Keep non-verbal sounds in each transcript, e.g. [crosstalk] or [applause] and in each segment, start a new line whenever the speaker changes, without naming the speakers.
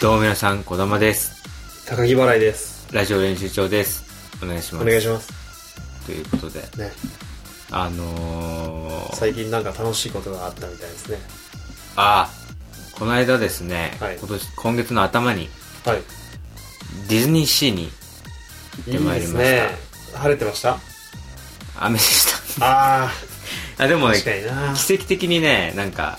どうも皆さん、こだまです。
高木払いです。
ラジオ練習長です。お願いしま
お
す。
願いします。
ということで、
ね、
あのー、
最近なんか楽しいことがあったみたいですね。
あー、この間ですね、
はい
今年、今月の頭に、
はい。
ディズニーシーに
い
て
い
まい
で
り
す
ました
ね。晴れてました
雨でし
あ
た。 [laughs] あ、でも
あ、
ね、
確かにな。
奇跡的にね、なんか、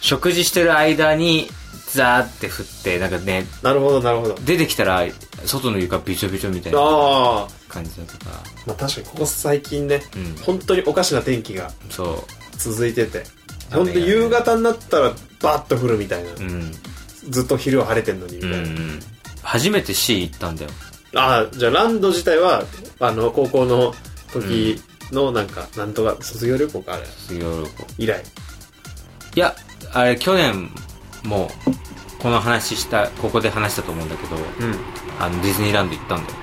食事してる間に、ザーって降って、なんかね、
なるほど、なるほど。
出てきたら、外の床びちょびちょみたいな
ああ、
感じだとか、
まあ確かにここ最近ね、
うん
本当におかしな天気が
そ
続いてて、
雨が
本
ね
当夕方になったらバーッと降るみたいな。
う、うん、
ずっと昼は晴れてんのにみ
う
たい
ん、う
な。
ん。初めて C 行ったんだよ。
ああ、じゃあランド自体は、あの、高校の時のなんか、なんとか卒業旅行か、あれ。
卒業旅行。
以来。
いや、あれ、去年も、この話した、ここで話したと思うんだけど、
うん。
あの、ディズニーランド行ったんだよ。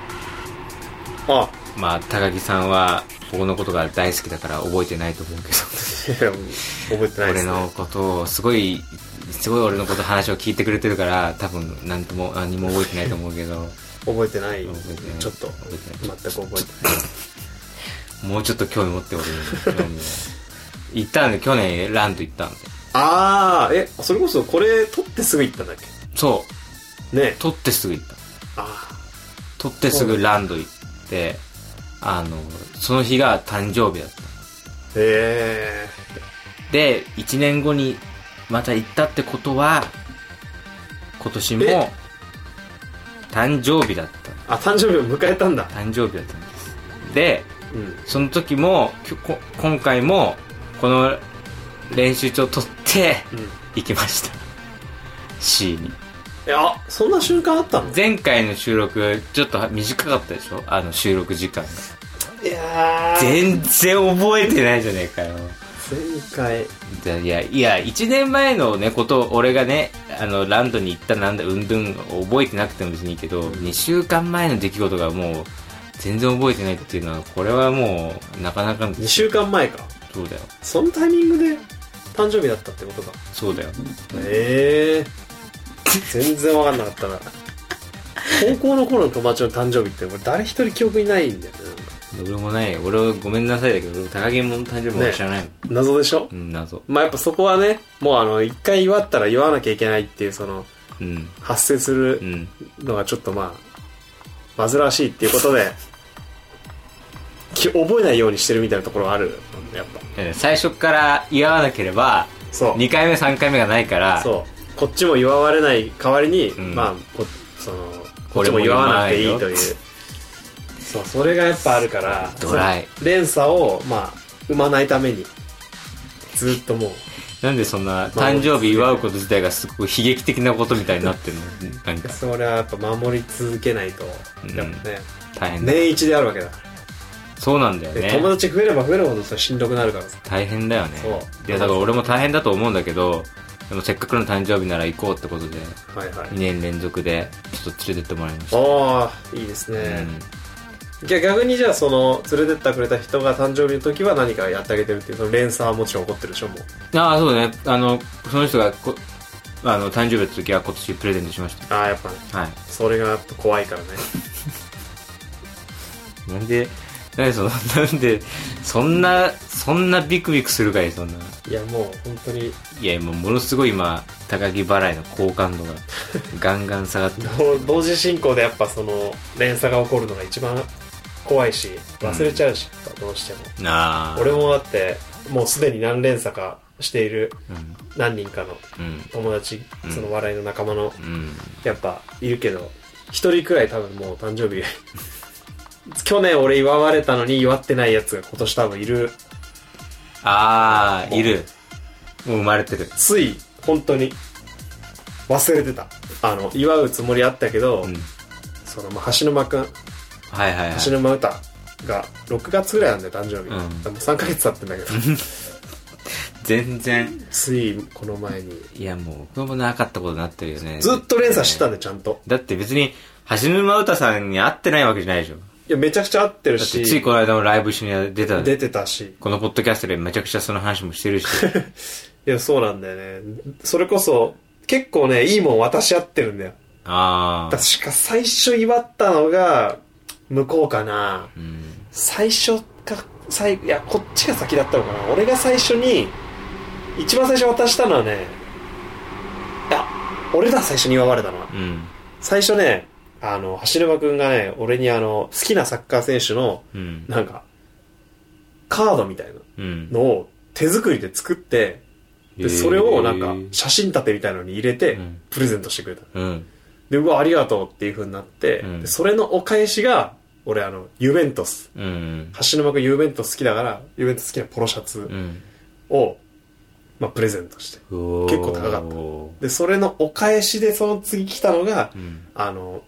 ああ、
まあ、高木さんは、僕のことが大好きだから覚えてないと思うけど、
[laughs] いや覚えてない
俺
です、ね、
のことを、すごい、すごい俺のこと話を聞いてくれてるから、多分、なんとも、何も覚えてないと思うけど、
覚えてない
覚えてない
ちょっと
覚えてない
全く覚えてない
もうちょっと興味持って俺に興味を。行ったんで、去年ランド行ったんで。
ああえそれこそこれ撮ってすぐ行ったんだっけ
そう、
ね
撮ってすぐ行った。
あ
撮ってすぐランド行って、あの、その日が誕生日だった。
ーへ
で1年後にまた行ったってことは今年も
え
誕生日だった
えあ誕生日を迎えたんだ
誕生日だったんですで
うん
その時もきょこ今回もこの練習帳取って
うん
行きました C に
えあそんな瞬間あったの
前回の収録ちょっと短かったでしょあの収録時間
いやー
全然覚えてないじゃねえかよ
前回
いや、いや、1年前のね、ことを、俺がね、あの、ランドに行ったなんだ、うんどん、覚えてなくても別にいいけど、2週間前の出来事がもう、全然覚えてないっていうのは、これはもう、なかなかの、
2週間前か
そうだよ。
そのタイミングで誕生日だったってことか
そうだよ。
ええ全然わかんなかった
[laughs]
な高校の頃の友達の誕生日って俺誰一人記憶にないんだよねなんか
俺もない。俺はごめんなさいだけど、俺高木も誕生日も
ね
知らないもん。
謎でしょ
うん、謎。
まあやっぱそこはね、もうあの、一回祝ったら祝わなきゃいけないっていう、その、
うん。
発生す
う
る
ん。
のがちょっとまあ、煩わしいっていうことで、き覚えないようにしてるみたいなところがある。やっぱ。
え最初から祝わなければ、
そう。
2回目、3回目がないから、
そう。こっちも祝われない代わりに、
うん
まあ、こその、こっちも祝わなくていいという。そう、それがやっぱあるから、
ドライ
その連鎖を、まあ、生まないために、ずっともう、
なんでそんな、誕生日祝うこと自体がすごく悲劇的なことみたいになってるのなんか、
それはやっぱ守り続けないと、
うん
やっぱね、
大変だ。
年一であるわけだ、
そうなんだよ
で
ね。
友達増えれば増えるほどそれしんどくなるからさ
大変だよね
そう
いやだから俺も大変だと思うんだけどでもせっかくの誕生日なら行こうってことで
はいはい
2年連続でちょっと連れてってもらいました
ああいいですね、じゃあ逆にじゃあその連れてったくれた人が誕生日の時は何かやってあげてるっていうその連鎖はもちろん起こってるでしょもう
うん、ああそうねあのその人がこあの誕生日の時は今年プレゼントしまし
ああやっぱね
たはい
それがやっぱ怖いからね
なんでなんでその [laughs] なんでそんなそんなビクビクするかいそんない
やもう本当に
いや今ものすごい今高木払いの好感度がガンガン下が
[laughs]
って
同 [laughs] 同時進行でやっぱその連鎖が起こるのが一番怖いし忘れちゃうし、どうしても
ああ
俺、もだってもうすでに何連鎖かしている
うん
何人かの
うん
友達、
うん
その笑いの仲間の
うん、
やっぱいるけど一人くらい多分もう誕生日 [laughs] 去年俺祝われたのに祝ってないやつが今年多分いる
ああいるもう生まれてる
つい本当に忘れてたあの祝うつもりあったけど、
うん
そのまあ橋沼くん
はいはいはい
橋沼歌が6月ぐらいなんだよ誕生日、
うん
でも3ヶ月経ってんだけど
[laughs] 全然
ついこの前に
いやもう僕もなかったことになってるよね
ずっと連鎖してたんでちゃんと
だって別に橋沼歌さんに会ってないわけじゃないでしょだ
いやめちゃくちゃ合ってる
って
し
ついこの間もライブ一緒に出た
出てたし
このポッドキャストでめちゃくちゃその話もして
[laughs]
るし
いや、そうなんだよね。それこそ、結構ね、いいもん渡し合ってるんだよ。
ああ。
確か最初祝ったのが、向こうかな。
うん。
最初か、最、いや、こっちが先だったのかな。俺が最初に、一番最初渡したのはね、いや、俺だ、最初に祝われたのは。
うん。
最初ね、あの、橋沼くんがね、俺にあの、好きなサッカー選手の、
うん。
なんか、カードみたいな
うん。
のを手作りで作って、
へー
で、それをなんか、写真立てみたいのに入れて
うん、
プレゼントしてくれた。
うん。
で、うわ、ありがとうっていう風になって、
うん
でそれのお返しが、俺あの、ユベントス。
うん。
橋沼君ユベントス好きだから、ユベントス好きなポロシャツ
うん。
を、まあ、プレゼントして。
結
結構高かった
う
で、それのお返しで、その次来たのが、
ん。
あの、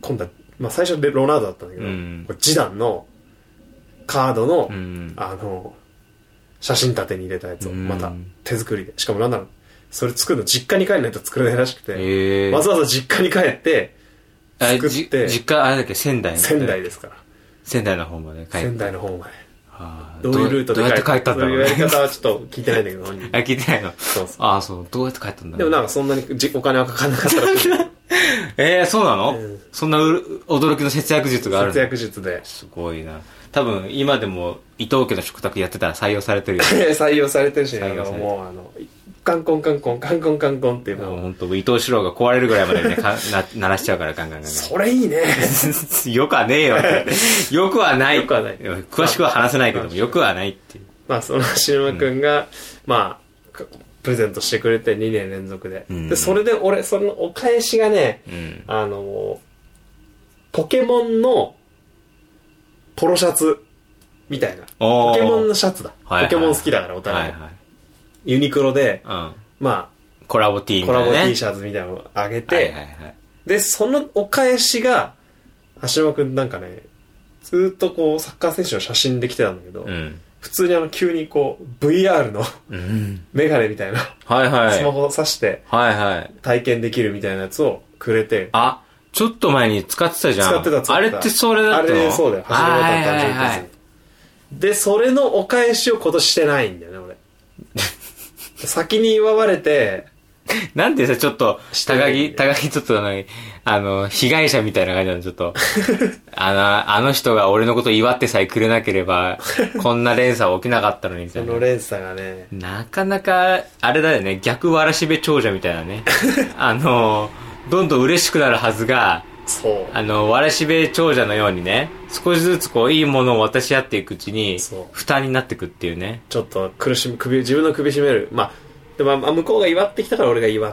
今度は、まあ、最初でロナウドだったんだけど、
うん
これジダンのカードの、
うん。
あの、写真立てに入れたやつを、
うん
また手作りで。しかもなんなら、それ作るの実家に帰らないと作れないらしくて、
ええ。
わざわざ実家に帰って、
あ
作
じ
って
実家、あれだっけ、仙台の
仙台ですから。
仙台の方まで帰って
仙。台の方まで。
あー
どういうルートで
どうやって帰ったんだ
そうい
ろ
う
う
やり
ね。
方はちょっと聞いてないんだけ
[laughs]
ど、本人
あ、聞いてないの。
そうそ
ああ、そう。どうやって帰ったんだ
う。
ろ
で
う
もなんかそんなにじお金はかかん
[laughs]
なかったらしい。
ええそうなの、
うん
そんなうる驚きの節約術があるの
節約術で。 [laughs]
すごいな。多分、今でも伊藤家の食卓やってたら採用されてるよ。
採用されてるしね、あ
採用
の
されてる
もうあの、カンコンカンコン、カンコンカンコンって [laughs] いうもう、
本当伊藤四郎が壊れるぐらいまでね、か [laughs] な鳴らしちゃうから、ガンガンガン
それいいね。
ガ
[laughs]
ン。 [laughs] よくはねえよって。よくはない。
よくはない
詳しくは話せないけども、よくはないっていう。
まあその橋沼くんが、まあ、かプレゼントしてくれて2年連続で。
うん
で、それで俺、そのお返しがね、
うん。
あの、ポケモンのポロシャツみたいな。
おー
ポケモンのシャツだ。
はいはい
ポケモン好きだからお
は
互い。
いはい。
ユニクロで、
うん。
ま
コラボ T
あ、
み
コ
たいな
ラ
ね。
ボ T
ャ
シャツみたいなのをあげて、
はいはいはい。
で、そのお返しが、橋山くんなんかね、ずーっとこう、サッカー選手の写真で来てたんだけど、
うん。
普通にあの、急にこう、VR の [laughs]
うん。
メガネみたいな、
はいはい。
スマホを挿して
はいはい。
体験できるみたいなやつをくれて、
あ、ちょっと前に使ってたじゃん。
使ってた使ってた
あれってそれだ
あ
ったの
れそうだよ、橋
は
山
い
くん
は
誕
い
生
は
日
い
プレゼン。トで、それのお返しを今年してないんだよね、俺。
[laughs]
先に祝われて、
なんでさ、ちょっと、
してな
高
い
木、高木ちょっとなんかあの、被害者みたいな感じなの、ちょっ
[laughs]
と。あの、あの人が俺のこと祝ってさえくれなければ、こんな連鎖は起きなかったのに、みた
そ
い
の
な。
連鎖がね、
なかなか、あれだよね、逆わらしべ長者みたいな
[laughs]
ね。あの、どんどん嬉しくなるはずが、
そう。
あの、わらしべ長者のようにね、少しずつこう、いいものを渡し合っていくうちに
そ、う
負担になっていくっていうね。
ちょっと苦しむ、首、自分の首絞める。まあ、でも、まあ、向こうが祝ってきたから俺が
[laughs]
祝っ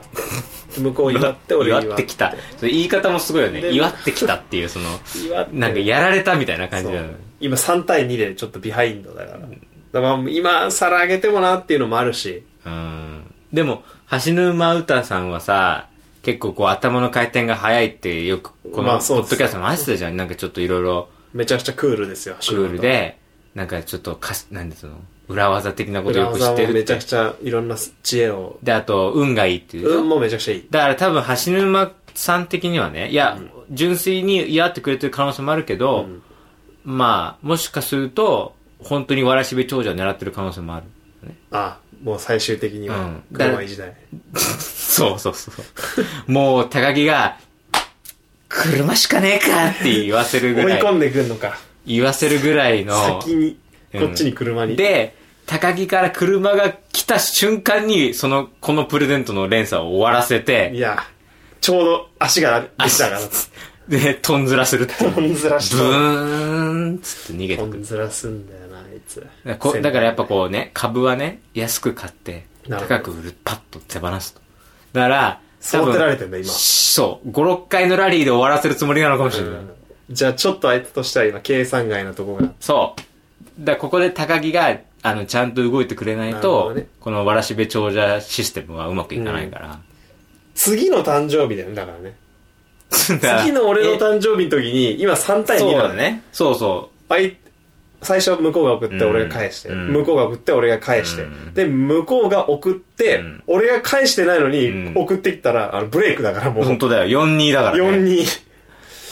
て。向こう祝って、俺が
祝ってきた。それ言い方もすごいよね。
で
祝ってきたっていう、その、
祝って。
なんかやられたみたいな感じな
そ
の
う。今3対2でちょっとビハインドだから。だからまあ今、皿あげてもなっていうのもあるし。
うん。でも、橋沼歌さんはさ、結構こう頭の回転が早いってよく、こ
ま
の、
あ
ポ
そう
ッ
で
ド
す
キャストも話してたじゃん。なんかちょっといろいろ、
めちゃくちゃクールですよ、
クールで、なんかちょっとかし、なんでその、裏技的なこ
橋
と
本。
よく知っ
裏
て
技も
るっ
めちゃ
て
く。ちゃいろんな知恵を。
で、あと、運がいいっていうでしょ。
運もめちゃくちゃいい。
だから多分、橋沼さん的にはね、いや、純粋に嫌ってくれてる可能性もあるけど、
ん
まあ、もしかすると、本当にわらしべ長者を狙ってる可能性もある。
あもう最終的に
う
は
ん、
車いじない。
そうそうそう。もう、高木が、車しかねえかって言わせるぐ
追い
ら
込
い、
んでくんのか。
言わせるぐらいの。
先に、
う
こ
ん
っちに車に。
で、高木から車が来た瞬間に、その、このプレゼントの連鎖を終わらせ
い
て、
や、ちょうど足ができたから。
で、トンズラするっていう。
トンズラし
ブ
た
ーンっつって逃げて
ほ
くる
ん。ずらすんだよな、あいつ。
だからこだからやっぱこうね、株はね、安く買って、
なるほど
高く売る、パッと手放すと。だから、
育てられてんだ今
そう。5、6回のラリーで終わらせるつもりなのかもしれない。
じゃあちょっとあいつとしては今、計算外のとこが。
そう。だからここで高木が、あの、ちゃんと動いてくれない
なるほ
と、
どね
このわらしべ長者システムはうまくいかないから。
次の誕生日だよね、だからね。
次
次の俺の誕生日の時に、今3対2
そう
な
だ
の。
ね。そうそ
あい、最初は向こうが送って
うん
俺が返して、
うん
向こうが送って俺が返して、
うん
で、向こうが送って、
うん
俺が返してないのに
う、ん
送ってきたら、あの、ブレイクだからも
う。
う、
本当だよ。4-2だから、ね。
4-2。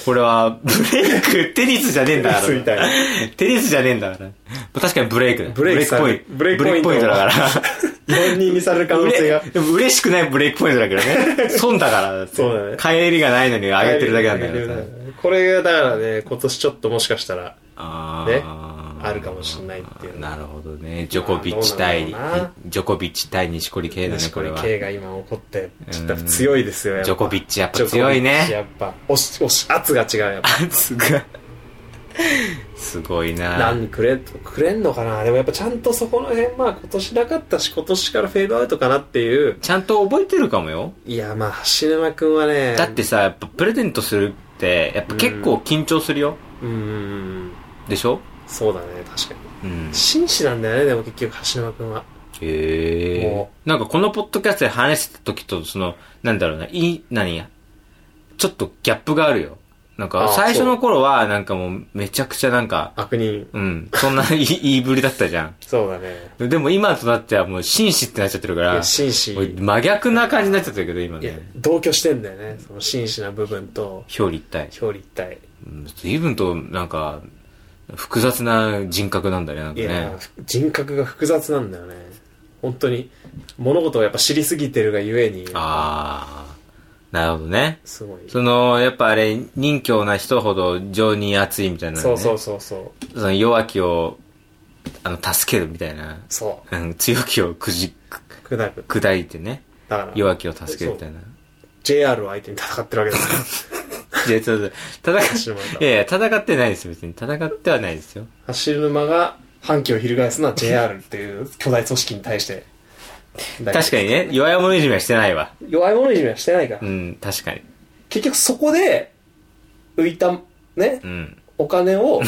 これは、ブレイ
[laughs]
ク、テニスじゃねえんだから。
テニスみたい
テニスじゃねえんだから。確かにブレイクだ。
ブレイクさ
ブ
れ
レイクポイント。
ブレイクポイン
ブレイク
ト [laughs]
ポイントだから。
乱人にされる可能性
[laughs]
が
うれ。でも嬉しくないブレイクポイントだけど
[laughs]
ね。損だからだって。
そうだね
帰りがないのに上げてるだけなんだからさ。
これがだからね、今年ちょっともしかしたら、
あー
ねあるかもしれないっていう
なるほどね。ジョコビッチ対
どうなんだろうな、
ジョコビッチ対錦織圭だね、
錦
これ
織
は。
圭が今起こって、ちょっと強いですよ、やっぱ
ジョコビッチやっぱ強いね
ジョコビッチやっぱ、押し、押し、圧が違う、やっぱ。 [laughs]
圧が、すごいな。
何くれ、くれんのかなでもやっぱちゃんとそこの辺、まあ今年なかったし、今年からフェードアウトかなっていう。
ちゃんと覚えてるかもよ。
いや、まあ、橋沼くんはね、
だって、さ、やっぱプレゼントするって、やっぱ結構緊張するよ。
うーん、
でしょ
そうだね、確かに。
うん。
紳士なんだよね、でも結局橋沼くんは。
へえ
も。
なんかこのポッドキャストで話してた時と、その、なんだろうな、いい、何や。ちょっとギャップがあるよ。なん
あ
か、
ー
最初の頃は、なんかもう、めちゃくちゃなんか、
悪人。
うん、そんな [laughs] 言い言いぶりだったじゃ
そうだね。
ん。でも今となってはもう、紳士ってなっちゃってるか
い
ら
や、、紳士。
もう真逆な感じになっちゃってるけど、今
いや
ね。、
同居してんだよね。その真摯な部分と、
表裏一体。
表裏一体。
うん随分と、なんか、複雑な人格なんだね、なん
い
か
や、
ね。
人格が複雑なんだよね。本当に、物事をやっぱ知りすぎてるがゆえに、
あー、なるほどね。
すごい。
その、やっぱあれ、任侠な人ほど情に熱いみたいな、ね。
そうそうそうそう。
その弱気を、あの、助けるみたいな。
そ
うん、強気をくじ、
う。砕く。
く砕いてね。
だから、
弱気を助けるみたいな。
JR を相手に戦ってるわけだか
[laughs]
ら。
いや、そうそう。
橋
戦
[laughs] 沼さん
いやいや、戦ってないですよ、別に。戦ってはないですよ。
走る馬が反旗を翻すのは JR っていう巨大組織に対して。
確かにね、弱い者いじめはしてないわ。
弱い者いじめはしてないから。
うん、確かに。
結局そこで、浮いた、ね
う、ん。
お金を、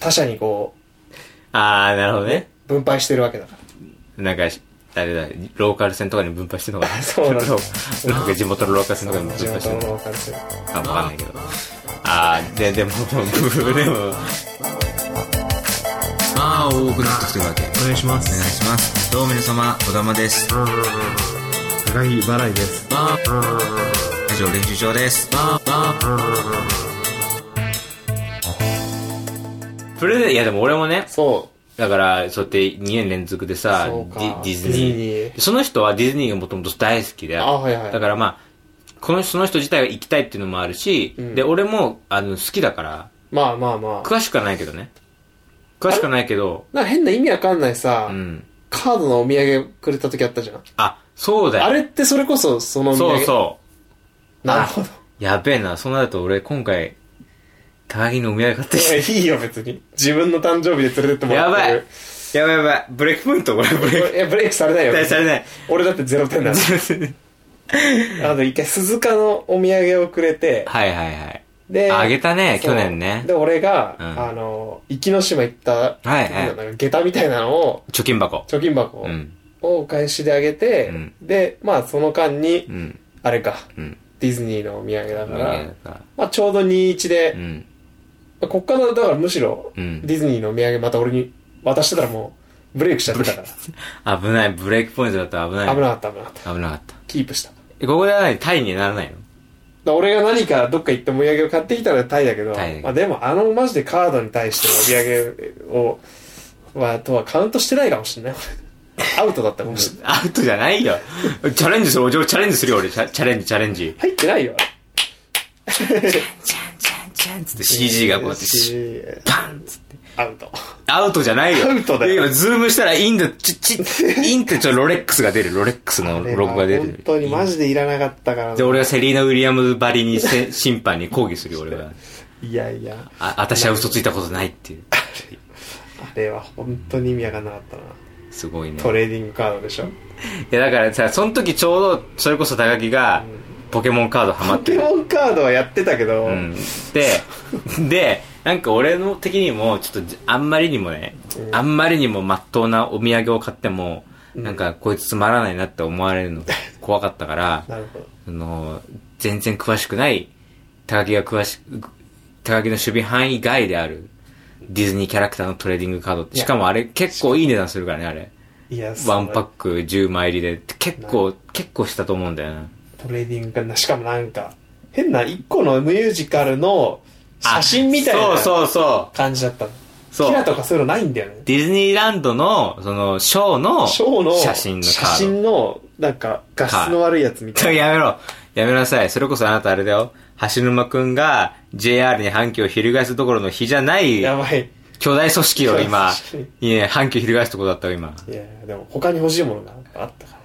他社にこ
あー、なるほど
う、
ね
ね。、分配してるわけだか
なんか、あれだ、ローカル線とかに分配してるのかな。
[laughs] そうな
[laughs]
んだ
なんか地元のローカル線
ら。
とかに分
地
配して
元
る
の
のかな
ローカル線。
あ、わかんないけど。あー、で、でも、でも、まあ、多くなってきてるわけ。
お願いしま
お願い。します。どうも皆様、小玉です。
高木払いです。
以上練習場です。プレゼンいやでも俺もね、
そ
だから、そうやって2年連続でさ、デ
そうか
ィディズ
ディ
ニ
ズニ
ー。
ー
その人はディズニーがもともと大好きで、
う。あ、はいはい。
だからまあ、このその人自体が行きたいっていうのもあるし、
うん
で、俺もあの好きだから、
まあまあまあ。
詳しくはないけどね。詳しくはないけど、
なんか変な意味わかんないさ、
うん。
カードのお土産くれた時あったじゃん。
あ、そうだよ。
あれってそれこそそのお土
そ
産。
うそう。
う。なるほど。
やべえな、そうなると俺今回、高木のお土産買ってき
いや、
て。
いいよ別に。自分の誕生日で連れてっても
や
らっ
ば
て
い
る。
やばいやばい。ブレイクポイントこれ、ブレイク。
い。いや、ブレイクされないよ。
期待されない。
俺だって0点だ
[laughs]
あの、一回鈴鹿のお土産をくれて、
はいはいはい。
で、
あげたね
そう
去年ね
で、俺が、
うん
あの、壱岐の島行った、
はいはい
なんか下駄みたいなのを、
貯金箱。
貯金箱を,、
うん。
お返しであげて、
うん
で、まあその間に、
うん。
あれか、
うん。
ディズニーのお土産だ
お土
か
産
ら、
だから
まあちょうど21
う
で、
ん。
まあこっからだからむしろ、
うん
ディズニーのお土産また俺に渡してたらもう、ブレイクしちゃってたから。
危ない。ブレイクポイントだったら危ない。
危なかった危なかった。
危なかった。
キープした。
えここでは何タイにはならないの
だ俺が何かどっか行ってお土産を買ってきたらタイだけど
タイだけ、ど
まあ、でもあのマジでカードに対してのお土産をはとはカウントしてないかもしれない [laughs] 俺アウトだったかもしれない
アウトじゃないよ。チャレンジする。俺、チャレンジするよ、俺。チャチャレンジ、チャレンジ。
入ってないよ
チャンチャンチャンつって CG がこうやって、シュッパンっつって。
アウト
アウトじゃないよ。
アウトだよ
今、ズームしたら、インド、ち、ち、インってちょ、ロレックスが出る。ロレックスのロゴが出る。
本当にマジでいらなかったから
で、俺がセリーナ・ウィリアムズばりにせ審判に抗議するよ、俺は。
いやいや
あ、私は嘘ついたことないっていう。
あれは本当に意味わかんなかったな
すごいね。
トレーディングカードでしょ
いや、だからさ、その時ちょうど、それこそ高木が、ポケモンカードハマっ
ポ
て
ケ
る。
モンカードはやってたけど、
うん。
[laughs]
で、で、なんか俺の的にも、ちょっと、あんまりにもね、
うん
あんまりにも真っ当なお土産を買っても、
うん
なんか、こいつつまらないなって思われるの怖かったから、
なるほど
あの、全然詳しくない、高木が詳しく、高木の守備範囲外である、ディズニーキャラクターのトレーディングカードって、
いや
しかもあれ結構いい値段するからね、あれ。
いや
ワンパック10枚入りで、結構、結構したと思うんだよな。
トレーディングかなしかもなんか変な一個のミュージカルの写真みたい
あ
な
そうそうそ
感じだったの
う。そう
キラとかそういうのないんだよね
ディズニーランドの、その、ショーの、
ショーの
写真のカ
写
ー
真のなんか画質の悪いやつみ
ド。
たいな
やめろ。やめなさい。それこそあなたあれだよ。橋沼くんが JR に反旗を翻すどころの日じゃない、
やばい
巨大組織を
[laughs]
今
巨大組、
いや、反旗を翻すとこだったよ、今。
いやでも他に欲しいものがあったから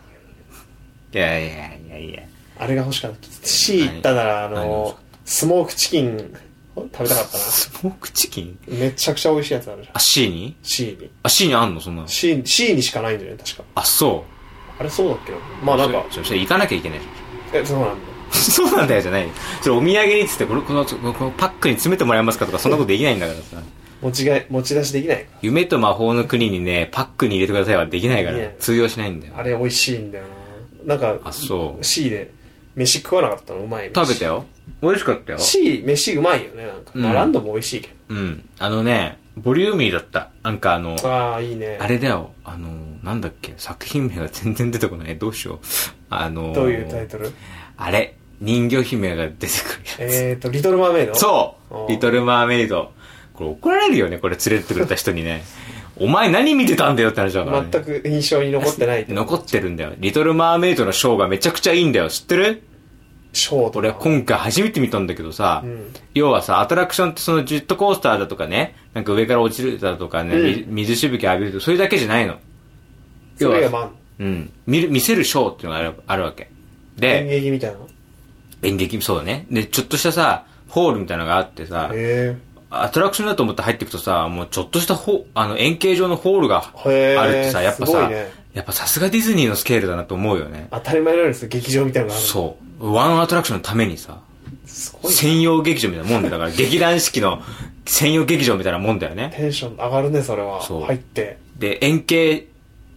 いやいやいやいや。
あれが欲しかったし行ったならあ
何が欲し
の
か
スモークチキン食べたかった
スモークチキン
なめちゃくちゃ美味しいやつあるじゃん
あ、C に
C に
あ、C にあんのそんなの。
C, C にしかないんだよね確か
あ、そう。
あれそうだっけなまあなんか
それそれ行かなきゃいけ [laughs] ない。
えそうなんだ
そうなんだよじゃないよそれお土産にっつって、これ、この、このこのパックに詰めてもらえますかとか、そんなことできないんだからさ。
持ちが持ち出しできない
夢と魔法の国にね、パックに入れてくださいはできないから
いや、
通用しないんだよ。
あれ美味しいんだよななんか
あ、そう。
C で飯食わなかったのうまい飯
食べたよ。美味しかったよ
C 飯うまいよねなんか、
うん
まあランドも美味しいけ
うん。あのね、ボリューミーだった。なんかあの、
どああいいね
あれだよ、あの、なんだっけ、作品名が全然出てこない。どうしよう。あの、
どういうタイトル
あれ、人魚姫が出てくるやつ。
えーと「リトル・マーメイド」
そ
お
うリトル・マーメイド。これ怒られるよね、これ連れてってくれた人にね。 [laughs] お前何見てたんだよって話だから、ね。
全く印象に残ってない
残ってるんだよ。リトル・マーメイドのショーがめちゃくちゃいいんだよ。知ってる
ショーと
俺
か
今回初めて見たんだけどさ、
うん
要はさ、アトラクションってそのジェットコースターだとかね、なんか上から落ちるだとかね、
うん
み水しぶき浴びるとそれだけじゃないの。
それがまあ
うん。見る、見せるショーっていうのがあるあるわけ。で、
演劇みたいなの
演劇、そうだね。で、ちょっとしたさ、ホールみたいなのがあってさ、
へ
アトラクションだと思って入ってくとさ、もうちょっとしたホ、あの、円形状のホールがあ
へー
るってさ、やっぱ
すご
さ、
いね
やっぱさすがディズニーのスケールだなと思うよね
え。当たり前のようにです劇場みたいなのがある
そう。ワンアトラクションのためにさ、
すごいね
専用劇場みたいなもんで、だから劇団四季の専用劇場みたいなもんだよね。
テンション上がるねそれは
そう
入って
で、円形、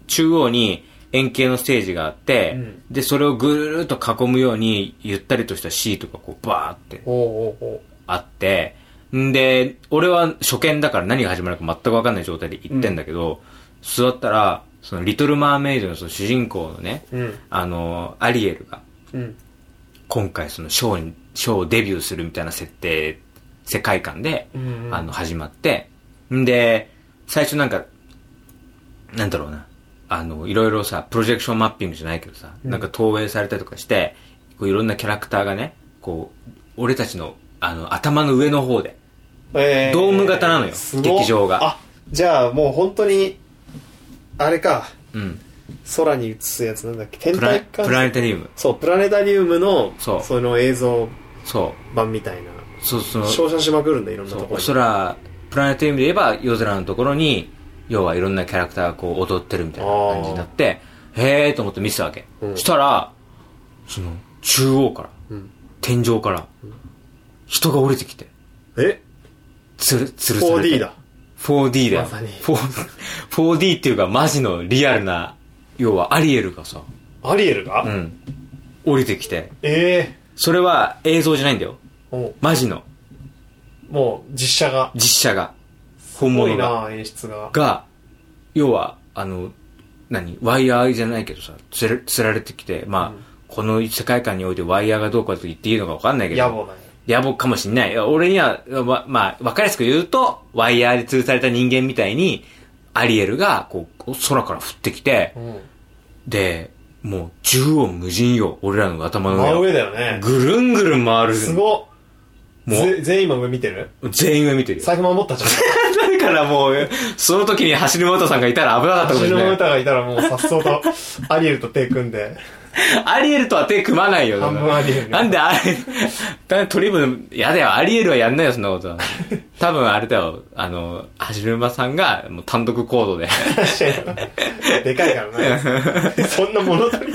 中央に円形のステージがあって、
うん
で、それをぐるーっと囲むように、ゆったりとしたシートがこう、バーって
おうおうおう
あって、んで、俺は初見だから何が始まるか全くわかんない状態で行ってんだけど、座ったら、その、リトル・マーメイドのその主人公のね、
うん
あの、アリエルが、
うん
今回その、ショーに、ショーをデビューするみたいな設定、世界観で、
うんうん
あの、始まって、んで、最初なんか、なんだろうな、あの、いろいろさ、プロジェクションマッピングじゃないけどさ、
うん
なんか投影されたりとかして、こういろんなキャラクターがね、こう、俺たちの、あの、頭の上の方で、
え
ドーム型なのよ
すごっ
劇場が
あじゃあもう本当にあれか
うん、
空に映すやつなんだっけ天
プラ
体
プ
観
ラ
測
ネタリウム。
そうプラネタリウムの
そう
その映像
そ
版みたいな
う。そう、その、そ
照射しまくるんだいろんなと
う
こ
お
ろに
空、プラネタリウムで言えば夜空のところに、要はいろんなキャラクターがこう踊ってるみたいな感じになって、へーと思って見てたわけ。
うん
したら、その、中央から、
うん
天井から、人が降りてきて、
え
つる、つるされて
4D だ
4D だよ。
まさに
4D っていうか、マジのリアルな、要はアリエルがさ、
アリエルが、
うん、降りてきて、
え
それは映像じゃないんだよ。
えも
マジの、
うもう実写が
実写が、本
多
物
い
が、
な演出が
が、要は、あの、何ワイヤーじゃないけどさ、つる、つられてきて、まあ、
うん
この世界観においてワイヤーがどうかと言っていいのかわかんないけど、
野暮だよ
野暮かもしんない。俺には、わまあ、わかりやすく言うと、ワイヤーで吊るされた人間みたいに、アリエルが、こう、空から降ってきて、
う
で、もう、縦横無尽よ、俺らの頭
ん
の上
真
を。
上だよね
ぐるんぐるん回る。
すごっ
もう
ぜ全員今上見てる
全員が見てるよ。 [laughs]
財布守ったじゃ
だからもう、その時に走る元さんがいたら危なかったか
ん
もし
私
れ
の
ない。
歌がいたらもうさっそうとアリエルと手組んで
アリエルとは手組まないよ。
半分アリエル
なんであれ、だトリム、やだよ、アリエルはやんないよ、そんなことは。多分あれだよ、あの、橋沼さんが、もう単独行動で。
[laughs] 確かに [laughs] でかいからなそんな物取り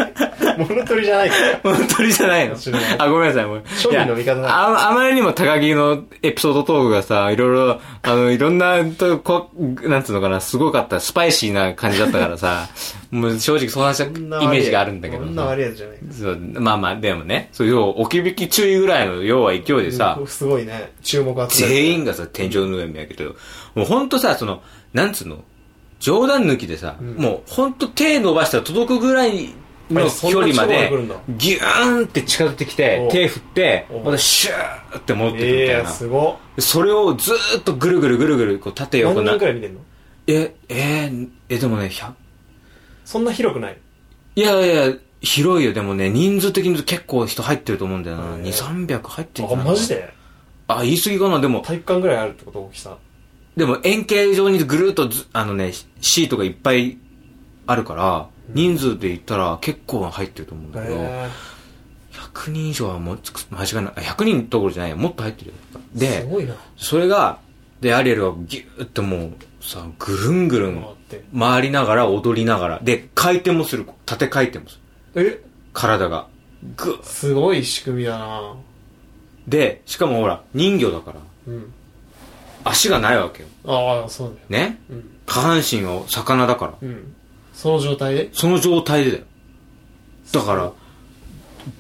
物取りじゃないから
もう鳥じゃないの
知らない
あ、ごめんなさい、もう。
庶民の味方だ
いやああまりにも高木のエピソードトークがさ、いろいろ、あの、いろんな、とこなんつうのかな、すごかった、スパイシーな感じだったからさ、 [laughs] もう正直そんなしたイ
そん
メ
な悪い
ージがあるんだけど
そ
さ
んな悪いやつじゃない
そう、まあまあ、でもね、そう、要は置き引き注意ぐらいの、要は勢いでさ、
すごいね注目集めて
全員がさ、天井の上見上げてる。もうほんとさ、その、なんつうの、冗談抜きでさ、
ん
もうほんと手伸ばしたら届くぐらいの距離まで
そんな近くまで来るんだ
ギューンって近づいてきて
お
手振って
お
またシューって戻ってくるみ
え
た
え
いな、
すごっ
それをずーっとぐるぐるぐるぐるこう縦横
何
な
人くらい見てんの
ええーえでもね100
そんな広くない
いやいや広いよでもね人数的に言うと結構人入ってると思うんだよな、2
へー
3 0 0入ってるんじ
あ
ゃない
マジで
あ言い過ぎかなでも
体育館ぐらいあるってこと大きさ
でも円形状にぐるっとずあのねシシートがいっぱいあるから、人数で言ったら結構入ってると思うんだけど、
え
100人以上はもうつく間違いないあ100人どころじゃないよもっと入ってるよ
えす
で
ごいな
それがでアリエルがギューッともうさぐるんぐるん
回って
回りながら踊りながらで回転もする縦回転もする
え
体がグー
すごい仕組みだな
でしかもほら人魚だから
うん
足がないわけよ
ああそうだよ
ね
うん
下半身は魚だから
うんその状態で
その状態でだよだから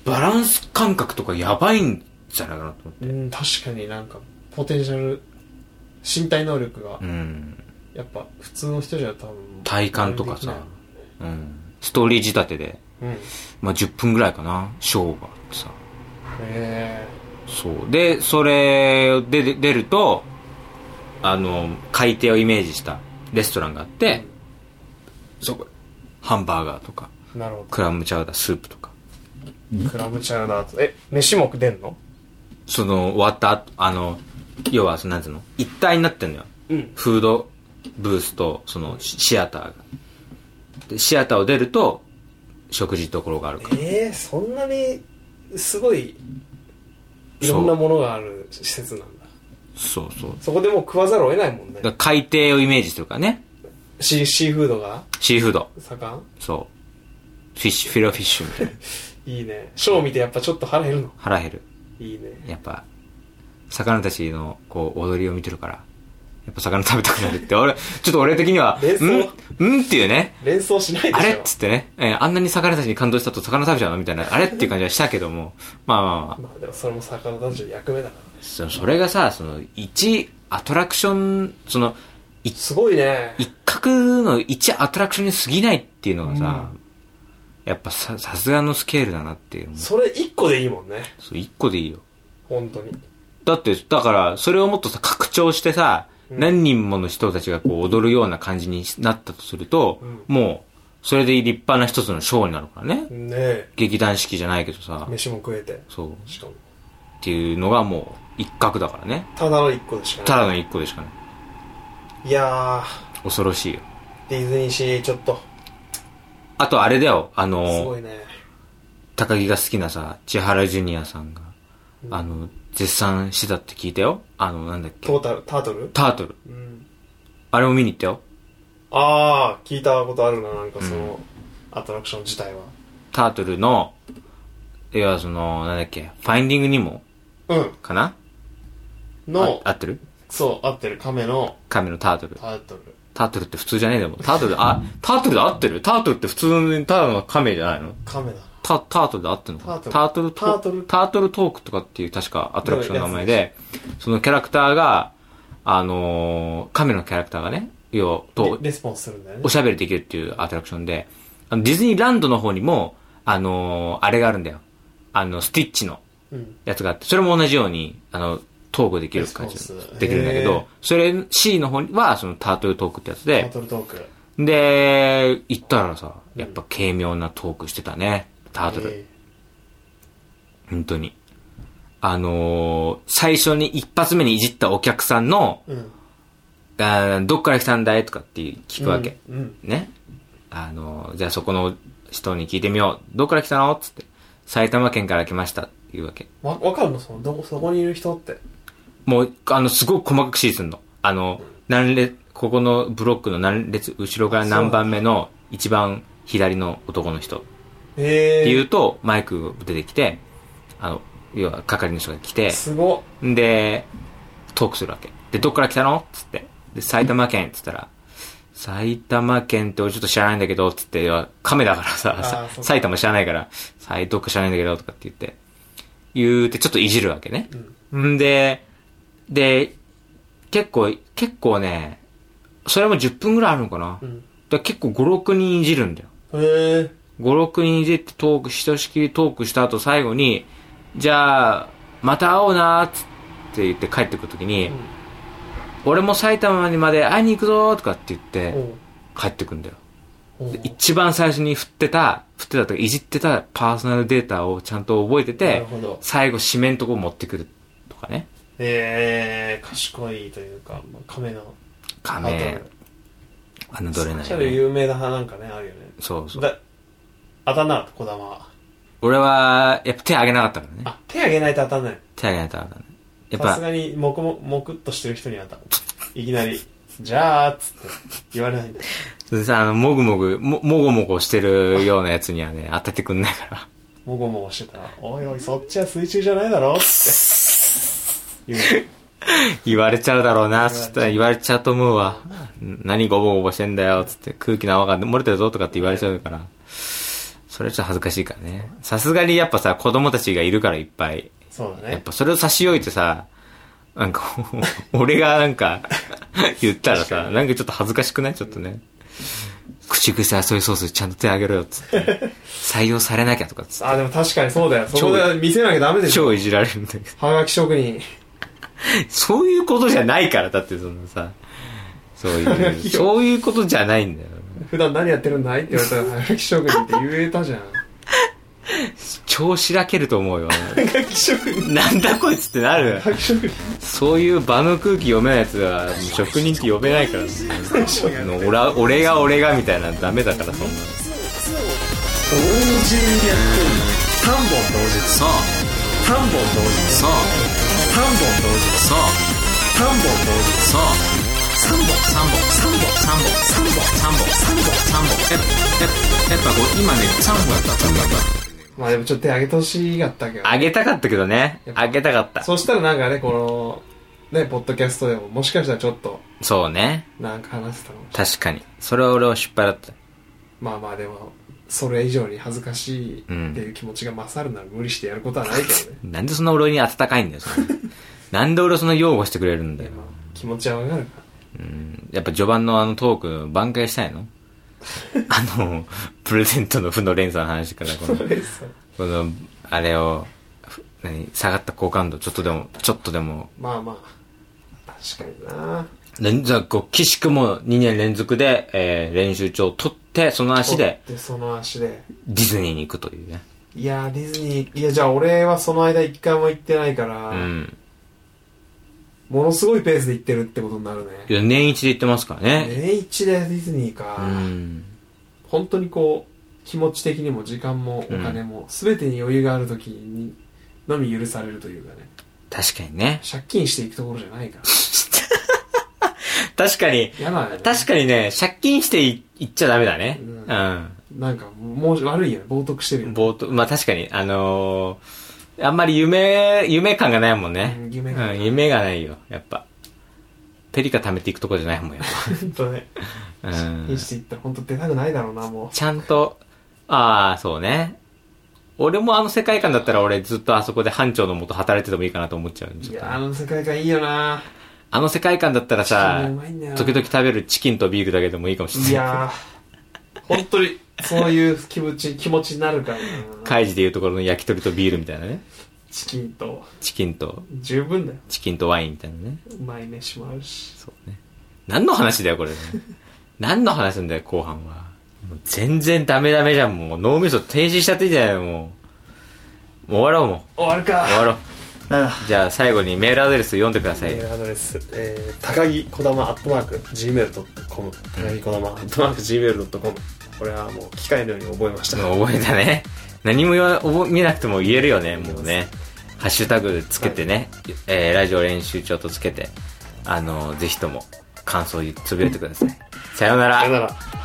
バランス感覚とかやばいんじゃないかなと思って
うん確かになんかポテンシャル身体能力が
うん
やっぱ普通の人じゃ多分
体感とかさ
で
うんストーリー仕立てで
きないうんへ
まあ10分ぐらいかなショーがあってさ
え
そうでそれでで出るとあの海底をイメージしたレストランがあって、そこハンバーガーとか
なるほ
クラムチャウダースープとか
どクラブチャウダーとえ飯も出んの
その終わった後あの要はそのなんつうの一体になってんのよ
うん
フードブースとそのシシアターがでシアターを出ると食事所があるから
ええそんなにすごいいろんなものがある施設なんだ
そうそう
そこでもう食わざるを得ないもんね
だから海底をイメージするからね
シーシーフードが
シーフード
盛ん
そうフィッシュフィロフィッシュみたいない
いねショー見てやっぱちょっと腹減るの
腹減る
いいね
やっぱ魚たちのこう踊りを見てるからやっぱ魚食べたくなるって俺ちょっと俺的には
冷蔵
うんうんっていうね
連想しないでしょ
あれっつってね、えーあんなに魚たちに感動したと魚食べちゃうのみたいな、あれっていう感じはしたけども、まあまあまあ、
まあでもそれも魚たちの役目だから
そそれがさ、その、一アトラクション、その、
すごいね
一角の一アトラクションに過ぎないっていうのがさ、やっぱさ、さすがのスケールだなっていう。
それ一個でいいもんね
そう、一個でいいよ。
本当に
だって、だから、それをもっとさ、拡張してさ、
うん
何人もの人たちがこう踊るような感じになったとすると、
うん
もう、それで立派な一つのショーになるからね。
ねえ
劇団四季じゃないけどさ、
飯も食えて
そう、
しかも
っていうのがもう一角だからね。
ただの一個でしか
た
な
だの一個でしかない。
いいや
恐ろしいよ。
ーディズニーシーちょっと
あとあれだよ、あ
す
の
ご、いね
高木が好きなさ、千原ジュニアさんが、
うん
あの、絶賛してたって聞いたよ。あの、なんだっけ
トー。タルタートル
タートル。
うん
あれも見に行ったよ。
ああ聞いたことあるななんかそのアトラクション自体は
タートルの、いや、その、なんだっけ、ファインディングにも、
うん
かな
の
あ合ってる
そう合ってる亀の
亀のタートル。
タートル
タートルって普通じゃねえでも。タートル、あ、タートルで合ってるタートルって普通の、ただの亀じゃないの
亀だな
タタートルで合ってるのかな
タ
タ
ー
ー
ト
ト
ル
ル
タートル
タートルトークとかっていう確かアトラクションの名前で、そのキャラクターが、あのー、亀のキャラクターがね、要、と
レ、レスポンスするんだよね
おしゃべりできるっていうアトラクションで、あのディズニーランドの方にも、あのー、あれがあるんだよ。あの、スティッチの
うん
やつがあって、それも同じように、あの、トークできる感
レス
じ
ポンス
できるんだけ
へー
ど、それ C の方には、そのタートルトークってやつ
タ
で
ー、トルトーク
で、行ったらさ、やっぱ軽妙なトークしてたね、タートル。
え
本当に。あのー最初に一発目にいじったお客さんの、
えうん
あーどっから来たんだいとかって聞くわけ。
うんうん
ね。あのーじゃあそこの人に聞いてみよう。どっから来たのつって。埼玉県から来ましたっていうわけ。
わわかるのそのどこそこにいる人って
もう、あの、すごく細かく指示すんの。あの、何列、ここのブロックの何列、後ろから何番目の一番左の男の人。って
ええ
言うと、マイク出てきて、あの、要は係の人が来て、
すごっ
で、トークするわけ。で、どっから来たのつって。で、埼玉県っつったら、埼玉県って俺ちょっと知らないんだけど、つって、要は亀だからさ、
ー
さ
そうか
埼玉知らないから、埼どっか知らないんだけど、とかって言って、言うてちょっといじるわけね。んで、で、結構、結構ね、それも10分ぐらいあるのかな。
うん
だから結構5、6人いじるんだよ。
へえ
56人でトークひとしきりトークした後最後にじゃあまた会おうなーっつって言って帰ってくる時に、
うん
俺も埼玉にまで会いに行くぞーとかって言
う
って
ん
帰ってくんだよ
うん
で一番最初に振ってた振ってたとかいじってたパーソナルデータをちゃんと覚えて
な
て
るほど
最後締めんとこ持ってくるとかね
えー、賢いというかまあ亀の
仮面あのどれな
ス
い
ペシャ
よ
ル
ね
有名な派なんかねあるよね
そうそう
だ当たんなかった児玉は
俺はやっぱ手あげなかったからね
あ手あげないと当たんない
手あげなかったからねやっ
さす
ぱ
がにもくももくっとしてる人に当たるいきなり「じゃあ」っつって言われないんだ
それさあのもぐもぐももごもごしてるようなやつにはね当ててくんないから [laughs]
もごもごしてたら「おいおいそっちは水中じゃないだろ」っつって言う
言われちゃうだろうな、つったら言われちゃうと思うわ。何ごぼごぼしてんだよ、つって空気の泡が漏れてるぞとかって言われちゃうから。それはちょっと恥ずかしいからね。さすがにやっぱさ、子供たちがいるからいっぱい。
そうだ
やっ
ね
ぱそれを差し置いてさ、なんか、 [laughs] 俺がなんか、言ったらさ、なんかちょっと恥ずかしくないちょっとね。口癖はソイソースちゃんと手あげろよ、つって。採用されなきゃとか、つっ
あでも確かにそうだよそこで見せなきゃダメで
て。
しょ
超いじられるんだけど。
はがき職人
そういうことじゃないから、だってそのさ、そういう、そういうことじゃないんだよ。
普段何やってるんだいって言われたらはがき職人って言えたじゃんは
超しらけると思うよ。
がき職人
なんだこいつってなる。
はがき職人
そういう場の空気読めないやつは、職人って呼べないから、ね、俺は俺が俺がみたいなのダメだから、そんな。
同時にやってる3本同時
そう、
3本同時
そう、
3本同時
そう、
3本同時
そう。三本、三本、三本、三本、三本、三本、三本、三本。やっぱ、やっぱ、今ね、三本だった、三本だっ
まあでもちょっと手あげてほしかったけど
た。あげたかったけどね。あげたかった。
そしたらなんかねこのねポッドキャストでももしかしたらちょっと
そうね。
なんか話せたかもしれない
確かに。それは俺は失敗だった。
まあまあでもそれ以上に恥ずかしいっていう気持ちが勝るなら無理してやることはないけどね
なんでそんな俺に温かいんだよ、 [laughs] それなんで俺をそんな擁護してくれるんだよ。
まあ気持ちはわかるか
うんやっぱ序盤のあのトーク、挽回したい [laughs] のあの、プレゼントの負の連鎖の話から、 [laughs] この、
らそう
この、あれを、ふ何、下がった好感度、ちょっとでも、ちょっとでも、
まあまあ確かにな
連続、こう岸くも2年連続で、えー練習帳を取って、その足で、
取ってその足で
ディズニーに行くというね。
いやーディズニーいやじゃあ俺はその間一回も行ってないから、
うん。
ものすごいペースで行ってるってことになるね
いや年一で行ってますからね。
年一でディズニーか、
うん。
本当にこう気持ち的にも時間もお金も全てに余裕がある時にのみ許されるというかね
確かにね。
借金していくところじゃないから
確かに、
嫌なんだよね
確かにね、借金していいっちゃダメだね。
う
うんん。
なんかもう悪いよね冒涜してるよね
冒頭、まあ確かに、あのーあんまり夢、夢感がないもんね。
うん夢がない
うん夢がないよ、やっぱ。ペリカ貯めていくとこじゃないもん、やっ
本当ね
ぱ。う
借金
ん
し。ていったら本当出たくないだろうなも
ちゃんと、ああ、そうね。俺もあの世界観だったら俺ずっとあそこで班長のもと働いててもいいかなと思っちゃうん
う
で
い
ちょっと
や
ね
あの世界観いいよな
あの世界観だったら
チキ
さ
ンがうまいんだよ、な
時々食べるチキンとビールだけでもいいかもしれない
い。やー本当にそういう気持ち気持ちになるからな
カイジでいうところの焼き鳥とビールみたいなね。
チキンと
チキンと、
十分だよ
チキンとワインみたいなね。
うまい飯もあるし
そうね。何の話だよ、これ。何の話なんだよ、後半は。もう全然ダメダメじゃん、もう。脳みそ停止しちゃってんじゃないよ、もう。もう終わろう、も
終わるか
う。終わろう。
なんだ
じゃあ、最後にメールアドレス読んでください。
メールアドレス、えー、高木こだまアットマーク Gmail.com 高木こだまアットマーク Gmail.com これはもう機械のように覚えました
もう覚えたね。何も言わ覚え見なくても言えるよね、もうね。ハッシュタグつけてね、えーラジオ練習帳とつけて、あのぜひとも感想をつぶやいてください。さようなら
さよ。なら